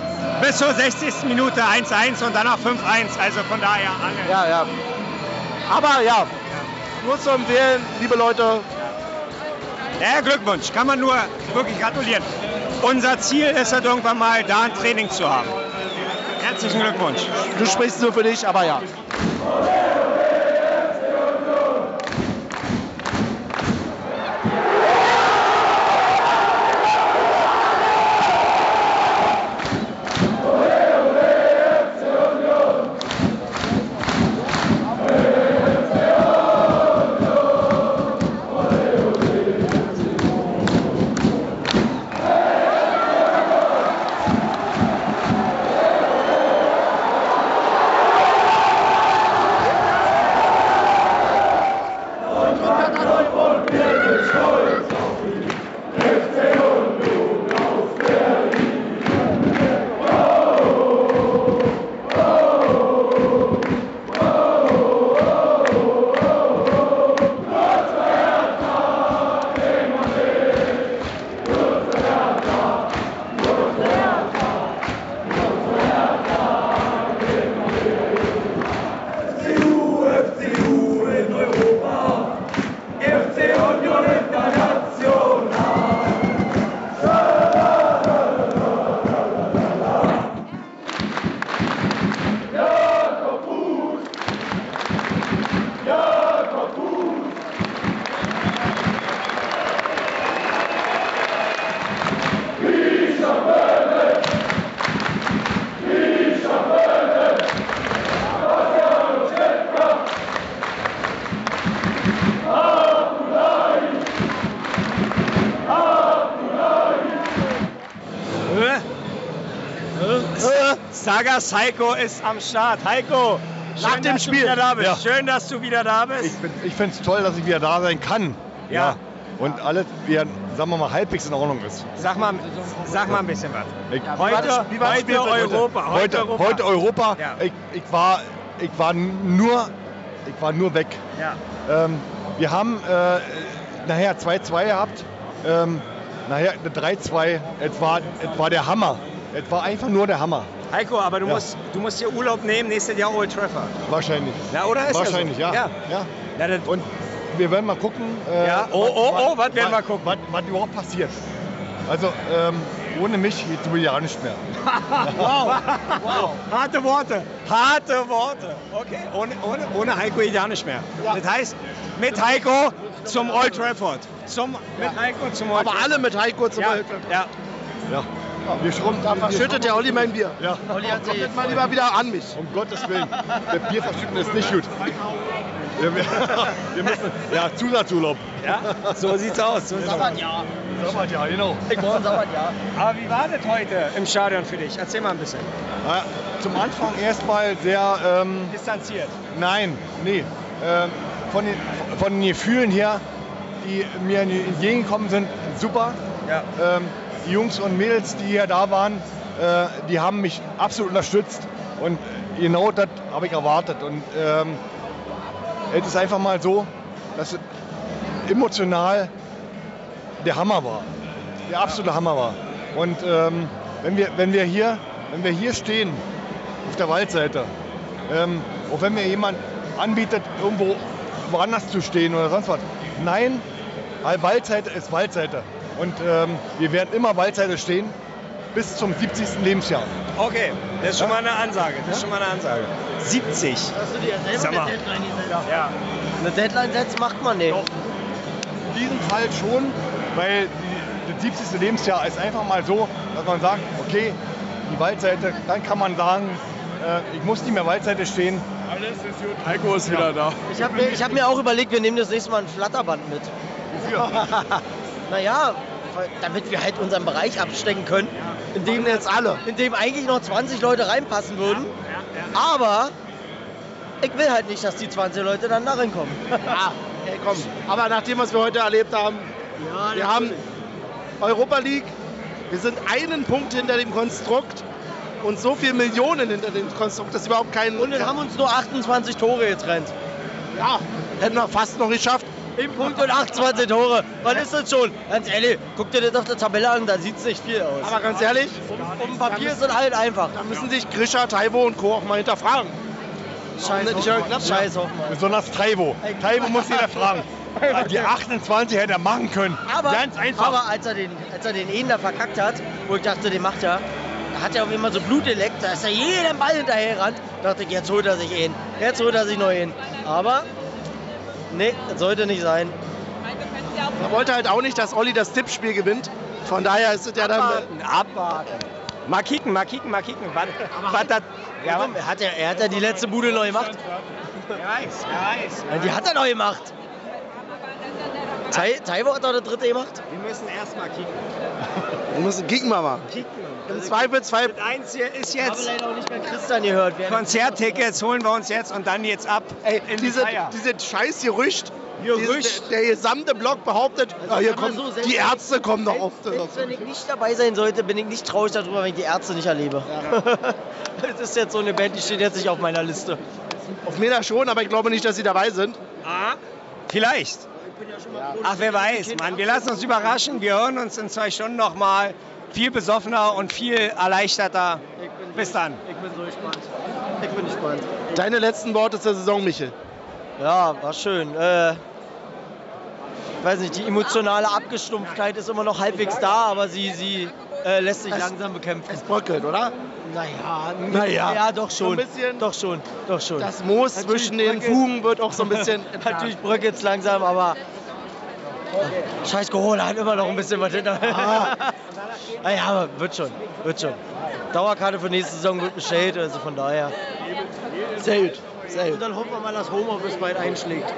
Speaker 5: bis zur 60. Minute 1-1 und danach 5-1. Also von daher alle.
Speaker 1: Ja, ja. Aber ja, nur zu empfehlen, liebe Leute,
Speaker 5: Ja, Glückwunsch, kann man nur wirklich gratulieren. Unser Ziel ist es, irgendwann mal da ein Training zu haben. Herzlichen Glückwunsch.
Speaker 1: du sprichst nur für dich, aber ja.
Speaker 5: Saga Psycho ist am Start. Heiko, schön,
Speaker 6: Nach dem
Speaker 5: dass
Speaker 6: Spiel.
Speaker 5: Du wieder da bist.
Speaker 6: Ja.
Speaker 5: Schön, dass du wieder da
Speaker 6: Ich,
Speaker 5: bist.
Speaker 6: bin- ich finde es toll, dass ich wieder da sein kann.
Speaker 5: Ja.
Speaker 6: Und alles, wieder, sagen wir mal, halbwegs in Ordnung ist.
Speaker 5: Sag mal, sag mal ein bisschen was.
Speaker 6: Ich,
Speaker 5: Heute-
Speaker 6: das- das
Speaker 5: heute
Speaker 6: Spiel heute?
Speaker 5: Europa, heute
Speaker 6: Heute,
Speaker 5: Europa.
Speaker 6: heute Europa.
Speaker 5: Ja.
Speaker 6: Ich, ich, war, ich, war nur, ich war nur weg.
Speaker 5: Ja.
Speaker 6: Ähm, wir haben äh, nachher 2-2 gehabt. Ähm, nachher eine 3-2. Es war, es war der Hammer. Es war einfach nur der Hammer.
Speaker 5: Heiko, aber du,
Speaker 6: Ja.
Speaker 5: musst, du musst dir Urlaub nehmen, nächstes Jahr Old Trafford.
Speaker 6: Wahrscheinlich.
Speaker 5: Na, oder ist
Speaker 6: Wahrscheinlich,
Speaker 5: ja so?
Speaker 6: ja.
Speaker 5: Ja.
Speaker 6: ja.
Speaker 5: Na, das,
Speaker 6: Und wir werden mal gucken. äh,
Speaker 5: Ja, oh, oh, oh, was werden wir gucken?
Speaker 6: Was, was überhaupt passiert. Also, ähm, ohne mich geht es ja nicht mehr.
Speaker 5: wow, wow. Harte Worte, harte Worte. Okay, ohne, ohne, ohne Heiko geht ja nicht mehr. Das heißt, mit Heiko zum Old Trafford. Zum, Mit Heiko zum Old
Speaker 1: Aber
Speaker 5: Trafford.
Speaker 1: alle mit Heiko zum
Speaker 5: ja, ja.
Speaker 6: Ja. Wir schrumpfen einfach.
Speaker 1: Schüttet der Olli mein Bier.
Speaker 6: Ja.
Speaker 3: Olli hat sich
Speaker 1: Mal lieber wieder an mich.
Speaker 6: Um Gottes Willen, der Bierverschütten ist nicht gut. Wir, wir müssen, ja, Zusatzurlaub.
Speaker 5: ja, so sieht's aus. So sieht's aus.
Speaker 3: ja.
Speaker 6: Sabbat, ja, genau.
Speaker 3: Ich brauche ein Sabbatjahr.
Speaker 5: Aber wie war das heute im Stadion für dich? Erzähl mal ein bisschen.
Speaker 6: Ja, zum Anfang erstmal sehr, ähm,
Speaker 5: Distanziert.
Speaker 6: nein, nee, ähm, von, den, von den Gefühlen her, die mir entgegengekommen sind, super.
Speaker 5: Ja.
Speaker 6: Ähm, die Jungs und Mädels, die hier da waren, äh, die haben mich absolut unterstützt. Und genau das habe ich erwartet. Und ähm, es ist einfach mal so, dass es emotional der Hammer war. Der absolute Hammer war. Und ähm, wenn, wir, wenn, wir hier, wenn wir hier stehen, auf der Waldseite, ähm, auch wenn mir jemand anbietet, irgendwo woanders zu stehen oder sonst was. Nein, weil Waldseite ist Waldseite. Und ähm, wir werden immer Waldseite stehen bis zum 70. Lebensjahr.
Speaker 5: Okay, das ist schon mal eine Ansage. Das ist schon mal eine Ansage. 70.
Speaker 3: Hast du dir ja selber
Speaker 5: Sag mal.
Speaker 3: eine Deadline gesetzt?
Speaker 5: Ja.
Speaker 3: Eine Deadline setzt macht man nicht.
Speaker 6: In diesem Fall schon, weil die, das 70. Lebensjahr ist einfach mal so, dass man sagt, okay, die Waldseite, dann kann man sagen, äh, ich muss nicht mehr Waldseite stehen.
Speaker 7: Heiko ist wieder da.
Speaker 3: Ich habe mir, ich hab mir auch überlegt, wir nehmen das nächste Mal ein Flatterband mit. naja, damit wir halt unseren Bereich abstecken können, in dem jetzt alle, in dem eigentlich noch 20 Leute reinpassen würden. Aber ich will halt nicht, dass die 20 Leute dann darin kommen.
Speaker 1: Ah, ey, komm. Aber nachdem, was wir heute erlebt haben, wir haben Europa League, wir sind einen Punkt hinter dem Konstrukt und so viel Millionen hinter dem Konstrukt, dass überhaupt keinen.
Speaker 3: Und dann haben uns nur 28 Tore getrennt.
Speaker 1: ja, hätten wir fast noch geschafft.
Speaker 3: Im Punkt und 28 Tore. Was ist das schon? Ganz ehrlich, guck dir das auf der Tabelle an, da sieht es nicht viel aus.
Speaker 1: Aber ganz ehrlich,
Speaker 3: auf dem Papier ist es halt einfach.
Speaker 1: da müssen sich Grisha, Taibo und Co. auch mal hinterfragen.
Speaker 3: Scheiß
Speaker 1: nicht hören,
Speaker 3: Hoffmann.
Speaker 1: klappt
Speaker 3: Scheiß Hoffmann.
Speaker 6: Besonders Taibo. Taibo muss jeder fragen. Die 28 hätte er machen können.
Speaker 3: Aber,
Speaker 6: Ganz einfach.
Speaker 3: aber als, er den, als er den Ehen da verkackt hat, wo ich dachte, den macht er, da hat er auf immer so Blutelekt, da ist er jeden Ball hinterher ran. Dachte ich, jetzt holt er sich ihn. Jetzt holt er sich neu hin. Aber, nee, das sollte nicht sein.
Speaker 1: Er wollte halt auch nicht, dass Olli das Tippspiel gewinnt. Von daher ist es ja dann.
Speaker 5: Abwarten, abwarten. Mal kicken, mal kicken, mal kicken. Was, was das, ja,
Speaker 3: Komm, er hat ja, er hat ja die letzte Bude neu gemacht.
Speaker 5: wer weiß, wer weiß.
Speaker 3: Ja, die hat er neu gemacht. Tai Taiwo hat doch das dritte gemacht.
Speaker 5: Wir müssen erst mal kicken.
Speaker 1: Wir müssen kicken, Mama. Im Zweifelsfall
Speaker 5: Das Einzige ist
Speaker 3: Ich habe
Speaker 5: jetzt,
Speaker 3: leider auch nicht mehr Christian gehört. Wer-
Speaker 5: Konzerttickets holen wir uns jetzt und dann jetzt ab.
Speaker 1: Ey,
Speaker 5: in die
Speaker 1: diese,
Speaker 5: Feier.
Speaker 1: diese scheiß Gerücht.
Speaker 5: Gerücht.
Speaker 1: dieses- Der, der gesamte Block behauptet, ah, hier
Speaker 3: sag mal
Speaker 1: kommen,
Speaker 3: so, selbst
Speaker 1: die
Speaker 3: wenn-
Speaker 1: Ärzte kommen doch oft.
Speaker 3: Selbst wenn ich nicht dabei sein sollte, bin ich nicht traurig darüber, wenn ich die Ärzte nicht erlebe. das ist jetzt so eine Band, die steht jetzt nicht auf meiner Liste.
Speaker 1: Auf mir da schon, aber ich glaube nicht, dass sie dabei sind.
Speaker 5: Ah, vielleicht. Ach, wer weiß, Mann. Wir lassen uns überraschen. Wir hören uns in zwei Stunden nochmal. Viel besoffener und viel erleichterter. Bis dann.
Speaker 3: Ich bin so gespannt. Ich bin gespannt.
Speaker 1: Deine letzten Worte zur Saison, Michel.
Speaker 3: Ja, war schön. Äh, ich weiß nicht, die emotionale Abgestumpftheit ist immer noch halbwegs da, aber sie, sie äh, lässt sich langsam bekämpfen.
Speaker 1: Es bröckelt, oder?
Speaker 3: Naja,
Speaker 1: Naja.
Speaker 3: ja, doch schon.
Speaker 1: So ein bisschen-
Speaker 3: doch schon, doch schon.
Speaker 1: Das Moos zwischen den
Speaker 3: bröckelt.
Speaker 1: Fugen wird auch so ein bisschen.
Speaker 3: Natürlich bröckelt's langsam, aber scheiß Corona hat immer noch ein bisschen was hinter. naja, aber wird schon, wird schon. Dauerkarte für nächste Saison wird bestellt, also von daher.
Speaker 1: Sehr gut. Sehr
Speaker 3: Und
Speaker 1: gut.
Speaker 3: dann hoffen wir mal, dass Homeoffice bald einschlägt.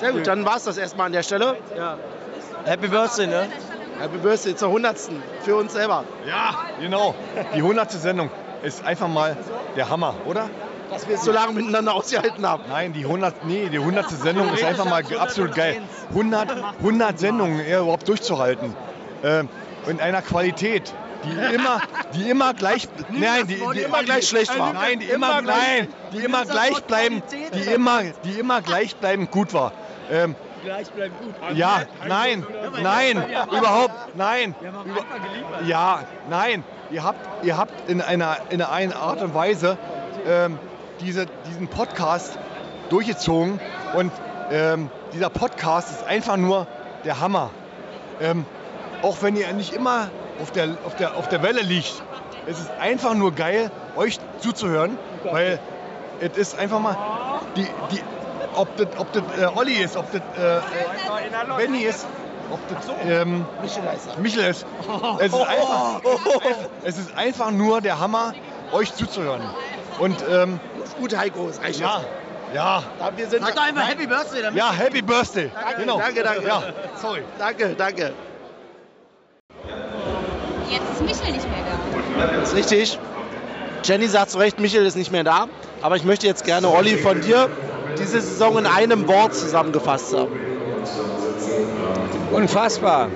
Speaker 1: Sehr gut. Dann war es das erstmal an der Stelle.
Speaker 3: ja. Happy Birthday, ne?
Speaker 1: Happy Birthday zur 100. für uns selber.
Speaker 6: Ja, genau. Die 100. Sendung ist einfach mal der Hammer, oder?
Speaker 1: Dass wir es so lange miteinander ausgehalten haben.
Speaker 6: Nein, die 100, nee, die 100. Sendung ist einfach mal absolut geil. 100, 100 Sendungen ja, überhaupt durchzuhalten. Ähm, in einer Qualität, die immer, die immer gleich, nein, die, die immer gleich schlecht war. Nein, die immer, nein, die immer gleich bleiben, die immer, die immer gleich bleiben gut war. Ähm,
Speaker 3: Gleich bleibt gut.
Speaker 6: ja, nein, nein, überhaupt, nein. Über, ja, nein. Ihr habt, ihr habt in einer, in einer Art und Weise ähm, diese, diesen Podcast durchgezogen und ähm, dieser Podcast ist einfach nur der Hammer. Ähm, auch wenn ihr nicht immer auf der, auf, der, auf der Welle liegt, es ist einfach nur geil, euch zuzuhören, weil es ist einfach mal, die, die, ob das, ob das äh, Olli ist, ob das äh, äh, Benny ist, ob das ähm, Michel ist. Es ist, einfach, es ist einfach nur der Hammer, euch zuzuhören. Und ähm,
Speaker 1: Gut, Heiko, es reicht
Speaker 6: ja, ja,
Speaker 1: jetzt. Wir sind
Speaker 3: Sag doch einfach Happy Birthday damit.
Speaker 6: ja, Happy Birthday. genau.
Speaker 1: danke, danke.
Speaker 6: Ja, sorry.
Speaker 1: Danke, danke.
Speaker 8: Jetzt ist Michel nicht mehr da.
Speaker 1: Das ist richtig. Jenny sagt zu Recht, Michel ist nicht mehr da. Aber ich möchte jetzt gerne, Olli, von dir diese Saison in einem Wort zusammengefasst haben.
Speaker 2: Unfassbar.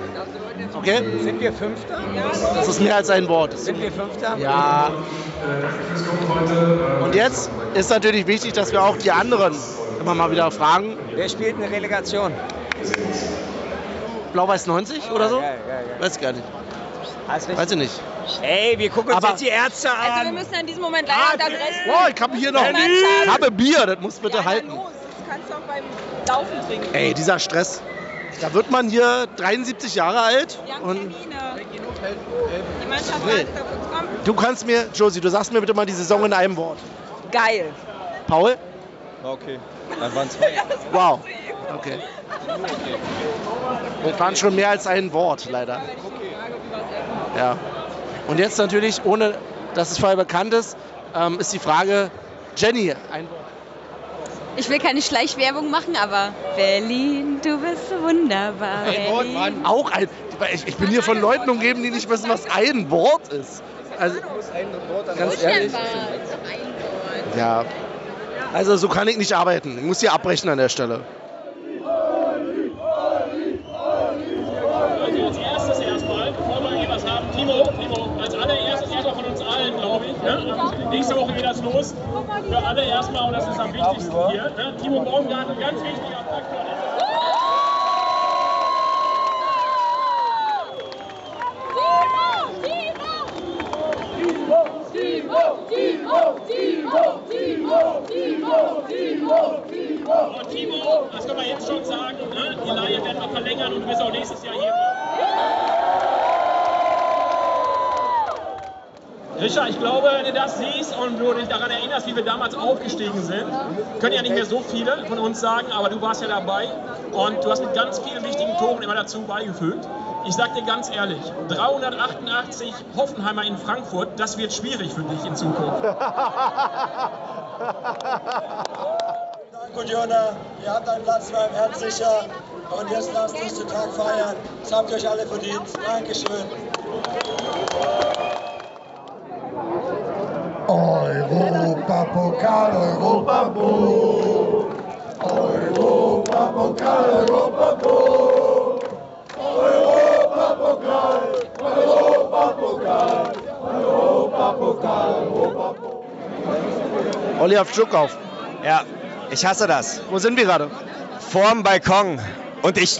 Speaker 1: Okay?
Speaker 2: Sind wir Fünfter?
Speaker 1: Das ist mehr als ein Wort.
Speaker 2: Sind wir Fünfter?
Speaker 1: Ja. Und jetzt ist natürlich wichtig, dass wir auch die anderen immer mal wieder fragen.
Speaker 2: Wer spielt eine Relegation?
Speaker 1: Blau-Weiß 90 oder so?
Speaker 2: Ja, ja, ja.
Speaker 1: Weiß gar nicht. Weiß ich nicht.
Speaker 2: Ey, wir gucken uns
Speaker 1: Aber-
Speaker 2: jetzt die Ärzte
Speaker 8: Also wir
Speaker 2: an.
Speaker 8: müssen an diesem Moment leider unterbrechen.
Speaker 1: Boah, ich habe hier noch. Ich habe Bier, das muss bitte
Speaker 8: Ja, na
Speaker 1: halten.
Speaker 8: los, das kannst du auch beim Laufen trinken.
Speaker 1: Ey, dieser Stress. Da wird man hier 73 Jahre alt
Speaker 8: Wir haben
Speaker 1: und
Speaker 8: Termine. Die Mannschaft
Speaker 1: Nee.
Speaker 8: wartet auf uns. Komm.
Speaker 1: du kannst mir, Josie, du sagst mir bitte mal die Saison in einem Wort.
Speaker 8: Geil.
Speaker 1: Paul?
Speaker 2: Okay. Dann waren zwei.
Speaker 1: Wow. Okay. Das waren schon mehr als ein Wort, leider. Ja. Und jetzt natürlich, ohne dass es vorher bekannt ist, ähm, ist die Frage, Jenny, ein Wort.
Speaker 8: Ich will keine Schleichwerbung machen, aber Berlin, du bist wunderbar. Berlin.
Speaker 1: Auch ein. Ich, ich bin hier von Leuten umgeben, die nicht wissen, was ein Wort ist. Also, ganz ehrlich. Ja. Also so kann ich nicht arbeiten. Ich muss hier abbrechen an der Stelle.
Speaker 9: Also als erstes erstmal, bevor wir hier was haben, Timo, Timo, als allererstes erstmal von uns allen, glaube ich. Ne? Nächste Woche geht das los. Für alle erstmal und das ist am wichtigsten hier. Ne? Timo Baumgarten, ganz wichtiger Faktor. Und Timo, das können wir jetzt schon sagen, ne? die Laie werden wir verlängern und du bist auch nächstes Jahr hier. Richard, ich glaube, wenn du das siehst und du dich daran erinnerst, wie wir damals aufgestiegen sind, können ja nicht mehr so viele von uns sagen, aber du warst ja dabei und du hast mit ganz vielen wichtigen Toren immer dazu beigefügt. Ich sag dir ganz ehrlich, 388 Hoffenheimer in Frankfurt, das wird schwierig für dich in Zukunft.
Speaker 10: Gut, Jona, ihr habt einen Platz beim Herz sicher. Und jetzt lasst uns den Tag feiern. Das habt ihr euch alle verdient. Dankeschön. Europapokal, Europapokal. Europapokal, Europapokal. Europapokal, Europapokal. Europapokal, Europapokal.
Speaker 1: Olli auf Schuck auf.
Speaker 2: Ja, ich hasse das.
Speaker 1: Wo sind wir gerade?
Speaker 2: Vorm Balkon. Und ich,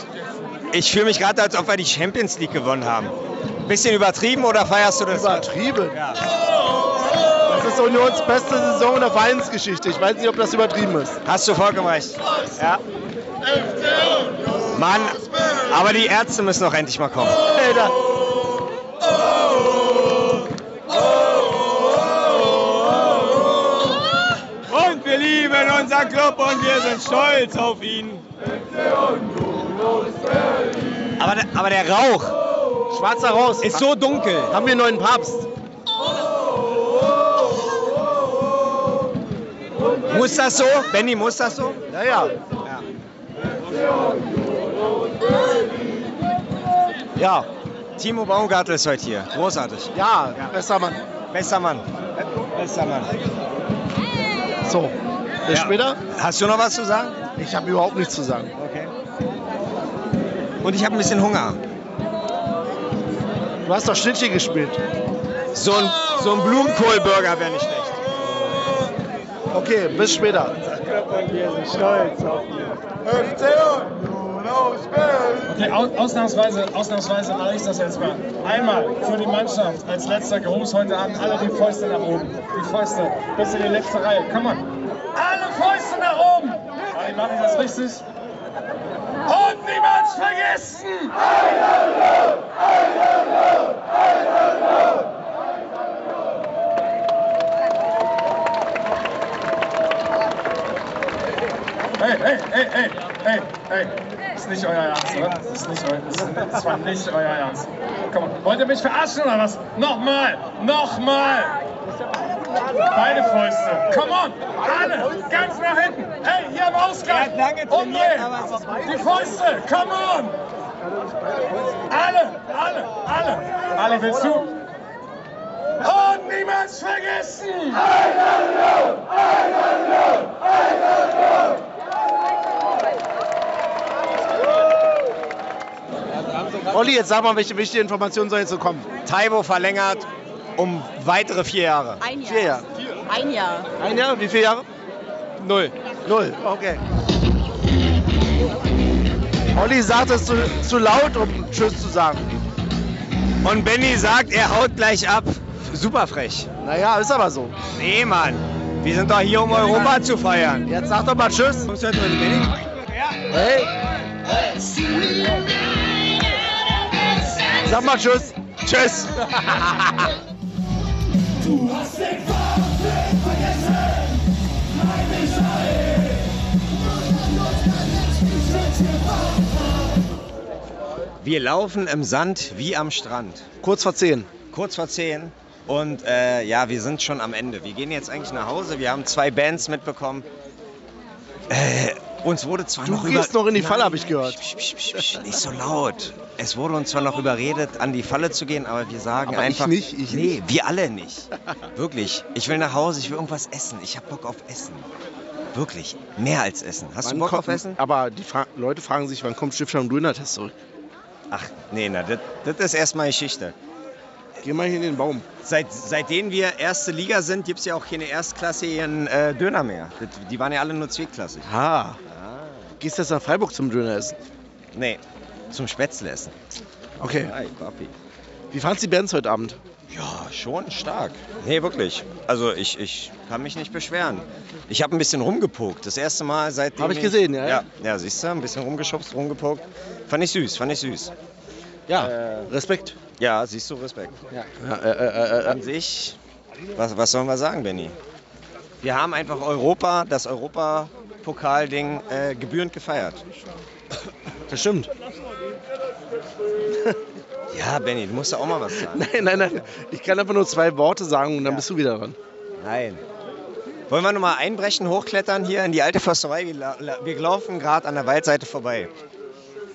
Speaker 2: ich fühle mich gerade, als ob wir die Champions League gewonnen haben. Bisschen übertrieben oder feierst du das?
Speaker 1: Übertrieben.
Speaker 2: Ja.
Speaker 1: Das ist Unions beste Saison in der Vereinsgeschichte. Ich weiß nicht, ob das übertrieben ist.
Speaker 2: Hast du vollkommen recht. Ja. Mann, aber die Ärzte müssen doch endlich mal kommen.
Speaker 1: Alter.
Speaker 7: Und wir lieben unseren Club und wir sind stolz auf ihn.
Speaker 2: Aber, der- aber der Rauch
Speaker 1: Schwarzer raus.
Speaker 2: ist so dunkel.
Speaker 1: Haben wir einen neuen Papst?
Speaker 2: Muss das so? Benny, muss das so?
Speaker 1: Ja, ja. Ja,
Speaker 2: Timo Baumgartel ist heute hier. Großartig.
Speaker 1: Ja, besser Mann.
Speaker 2: Besser Mann. Besser Mann.
Speaker 1: So, bis
Speaker 2: Ja.
Speaker 1: später.
Speaker 2: Hast du noch was zu sagen?
Speaker 1: Ich habe überhaupt nichts zu sagen.
Speaker 2: Okay. Und ich habe ein bisschen Hunger.
Speaker 1: Du hast doch Schnittchen gespielt.
Speaker 2: So ein, so ein Blumenkohlburger wäre nicht schlecht.
Speaker 1: Okay, bis später.
Speaker 9: Okay, au ausnahmsweise, ausnahmsweise reicht das jetzt mal. Einmal für die Mannschaft als letzter Gruß heute Abend alle die Fäuste nach oben. Die Fäuste bis in die letzte Reihe. Komm mal. Alle Fäuste nach oben. Ja, die machen das richtig. Und niemals vergessen. Hey, hey, hey, hey, hey, hey. Ist nicht euer Ernst, oder? Ist nicht euer, ist, ist war nicht euer Ernst. Komm, wollt ihr mich verarschen oder was? Nochmal, nochmal. Beide Fäuste. Come on, alle, ganz nach hinten. Hey, hier am Ausgang. Umdrehen. Die Fäuste, come on. Alle, alle, alle. Alle, willst du? Und niemals vergessen.
Speaker 1: Olli, jetzt sag mal, welche wichtige Informationen soll jetzt so kommen?
Speaker 5: Taibo verlängert um weitere vier Jahre.
Speaker 8: Ein Jahr.
Speaker 1: Vier Jahre.
Speaker 8: Ein Jahr.
Speaker 1: Ein Jahr? Wie viele Jahre?
Speaker 5: Null.
Speaker 1: Null. Okay. Olli sagt es zu, zu laut, um Tschüss zu sagen.
Speaker 5: Und Benny sagt, er haut gleich ab. Super frech.
Speaker 1: Naja, ist aber so.
Speaker 5: Nee, Mann. Wir sind doch hier, um Europa zu feiern.
Speaker 1: Jetzt sag doch mal Tschüss. Hey. Sag mal Tschüss.
Speaker 5: Tschüss.
Speaker 2: Wir laufen im Sand wie am Strand.
Speaker 1: Kurz vor zehn.
Speaker 2: Kurz vor 10. Und äh, ja, wir sind schon am Ende. Wir gehen jetzt eigentlich nach Hause. Wir haben zwei Bands mitbekommen. Äh, uns wurde zwar
Speaker 1: Du
Speaker 2: noch über...
Speaker 1: gehst noch in die Falle, habe ich gehört.
Speaker 2: Psch, psch, psch, psch, nicht so laut. Es wurde uns zwar noch überredet, an die Falle zu gehen, aber wir sagen
Speaker 1: Aber ich
Speaker 2: einfach.
Speaker 1: nicht, ich
Speaker 2: nee, wir alle nicht. Wirklich. Ich will nach Hause, ich will irgendwas essen. Ich habe Bock auf Essen. Wirklich. Mehr als Essen. Hast du
Speaker 1: Wann
Speaker 2: Bock
Speaker 1: kommt-
Speaker 2: auf Essen?
Speaker 1: Aber die Fra Leute fragen sich, wann kommt Stiftung Grüner-Test zurück?
Speaker 2: Ach, nee, na, das das ist erstmal Geschichte.
Speaker 1: Geh mal hier in den Baum.
Speaker 2: Seit, seitdem wir erste Liga sind, gibt es ja auch keine erstklassigen äh, Döner mehr. Das, die waren ja alle nur zweitklassig.
Speaker 1: Ha. Gehst jetzt nach Freiburg zum Döner essen?
Speaker 2: Nee, zum Spätzlessen.
Speaker 1: Okay.
Speaker 2: Ei, Papi.
Speaker 1: Wie fandst du die Bands heute Abend?
Speaker 2: Ja, schon stark. Nee, wirklich. Also ich, ich kann mich nicht beschweren. Ich habe ein bisschen rumgepokt. Das erste Mal seit.
Speaker 1: Hab ich gesehen, ja,
Speaker 2: Ja,
Speaker 1: ja.
Speaker 2: ja siehst du, ein bisschen rumgeschubst, rumgepokt. Fand ich süß, fand ich süß.
Speaker 1: Ja,
Speaker 2: Äh.
Speaker 1: Respekt.
Speaker 2: Ja, siehst du, Respekt.
Speaker 1: Ja, äh, äh, äh, äh.
Speaker 2: An sich, was, was sollen wir sagen, Benny? Wir haben einfach Europa, das Europapokal-Ding äh, gebührend gefeiert.
Speaker 1: Das stimmt.
Speaker 2: Ja, Benny, du musst ja auch mal was sagen.
Speaker 1: Nein, nein, nein. Ich kann einfach nur zwei Worte sagen und dann bist du wieder dran.
Speaker 2: Nein. Wollen wir nochmal einbrechen, hochklettern hier in die alte Försterei? Wir, la- la- wir laufen gerade an der Waldseite vorbei.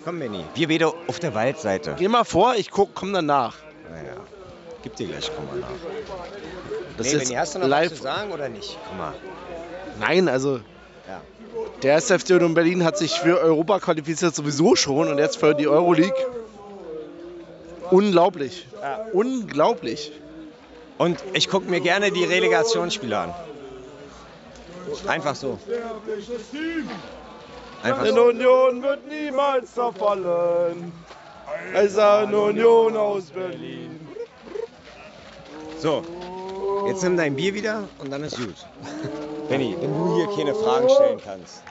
Speaker 2: Komm, Benny, wir wieder auf der Waldseite.
Speaker 1: Geh mal vor, ich guck, komm dann nach.
Speaker 2: Naja, gib dir gleich, komm mal nach.
Speaker 1: Das
Speaker 2: nee,
Speaker 1: ist
Speaker 2: Benny, hast du noch
Speaker 1: live.
Speaker 2: was zu sagen oder nicht? Komm mal.
Speaker 1: Nein, also.
Speaker 2: Ja.
Speaker 1: Der SFC Dynamo Berlin hat sich für Europa qualifiziert sowieso schon und jetzt für die Euroleague. Unglaublich. Unglaublich.
Speaker 2: Und ich gucke mir gerne die Relegationsspiele an. Einfach so. Einfach so.
Speaker 1: Union wird niemals zerfallen. Eiserne Union aus Berlin.
Speaker 2: So, jetzt nimm dein Bier wieder und dann ist gut. Benny, wenn du hier keine Fragen stellen kannst.